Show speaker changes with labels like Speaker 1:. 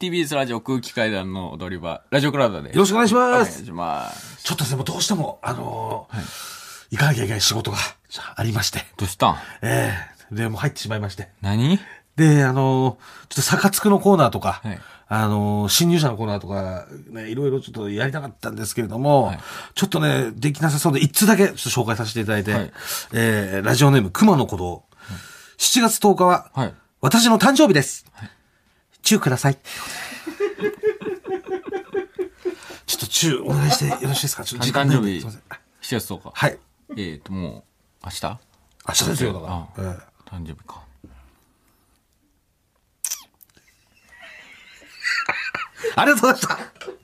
Speaker 1: TBS ラジオ空気階段の踊り場、ラジオクラウドです。
Speaker 2: よろしくお願いし
Speaker 1: お願
Speaker 2: ま
Speaker 1: い
Speaker 2: す。
Speaker 1: します。
Speaker 2: ちょっとですね、もうどうしても、あのー行かなきゃいけない仕事がありまして、
Speaker 1: どうしたん
Speaker 2: ええで、もう入ってしまいまして。
Speaker 1: 何
Speaker 2: で、あのーちょっとサカツクのコーナーとか、
Speaker 1: はい
Speaker 2: あのー新入社のコーナーとか、ね、いろいろちょっとやりたかったんですけれども、
Speaker 1: はい
Speaker 2: ちょっとね、できなさそうで、一通だけちょっと紹介させていただいて、
Speaker 1: はい
Speaker 2: えーラジオネーム、熊野古道。7月10日は、
Speaker 1: はい
Speaker 2: 私の誕生日です。チューください。ちょっとチューお願いしてよろしいですかちょっと時間
Speaker 1: 誕
Speaker 2: ないん
Speaker 1: 生
Speaker 2: で
Speaker 1: 日、
Speaker 2: すいません
Speaker 1: 7月10日。
Speaker 2: はい。
Speaker 1: えっと、もう、明日誕
Speaker 2: 明日ですよ、だから。ええ
Speaker 1: 生日か。
Speaker 2: ありがとうございました。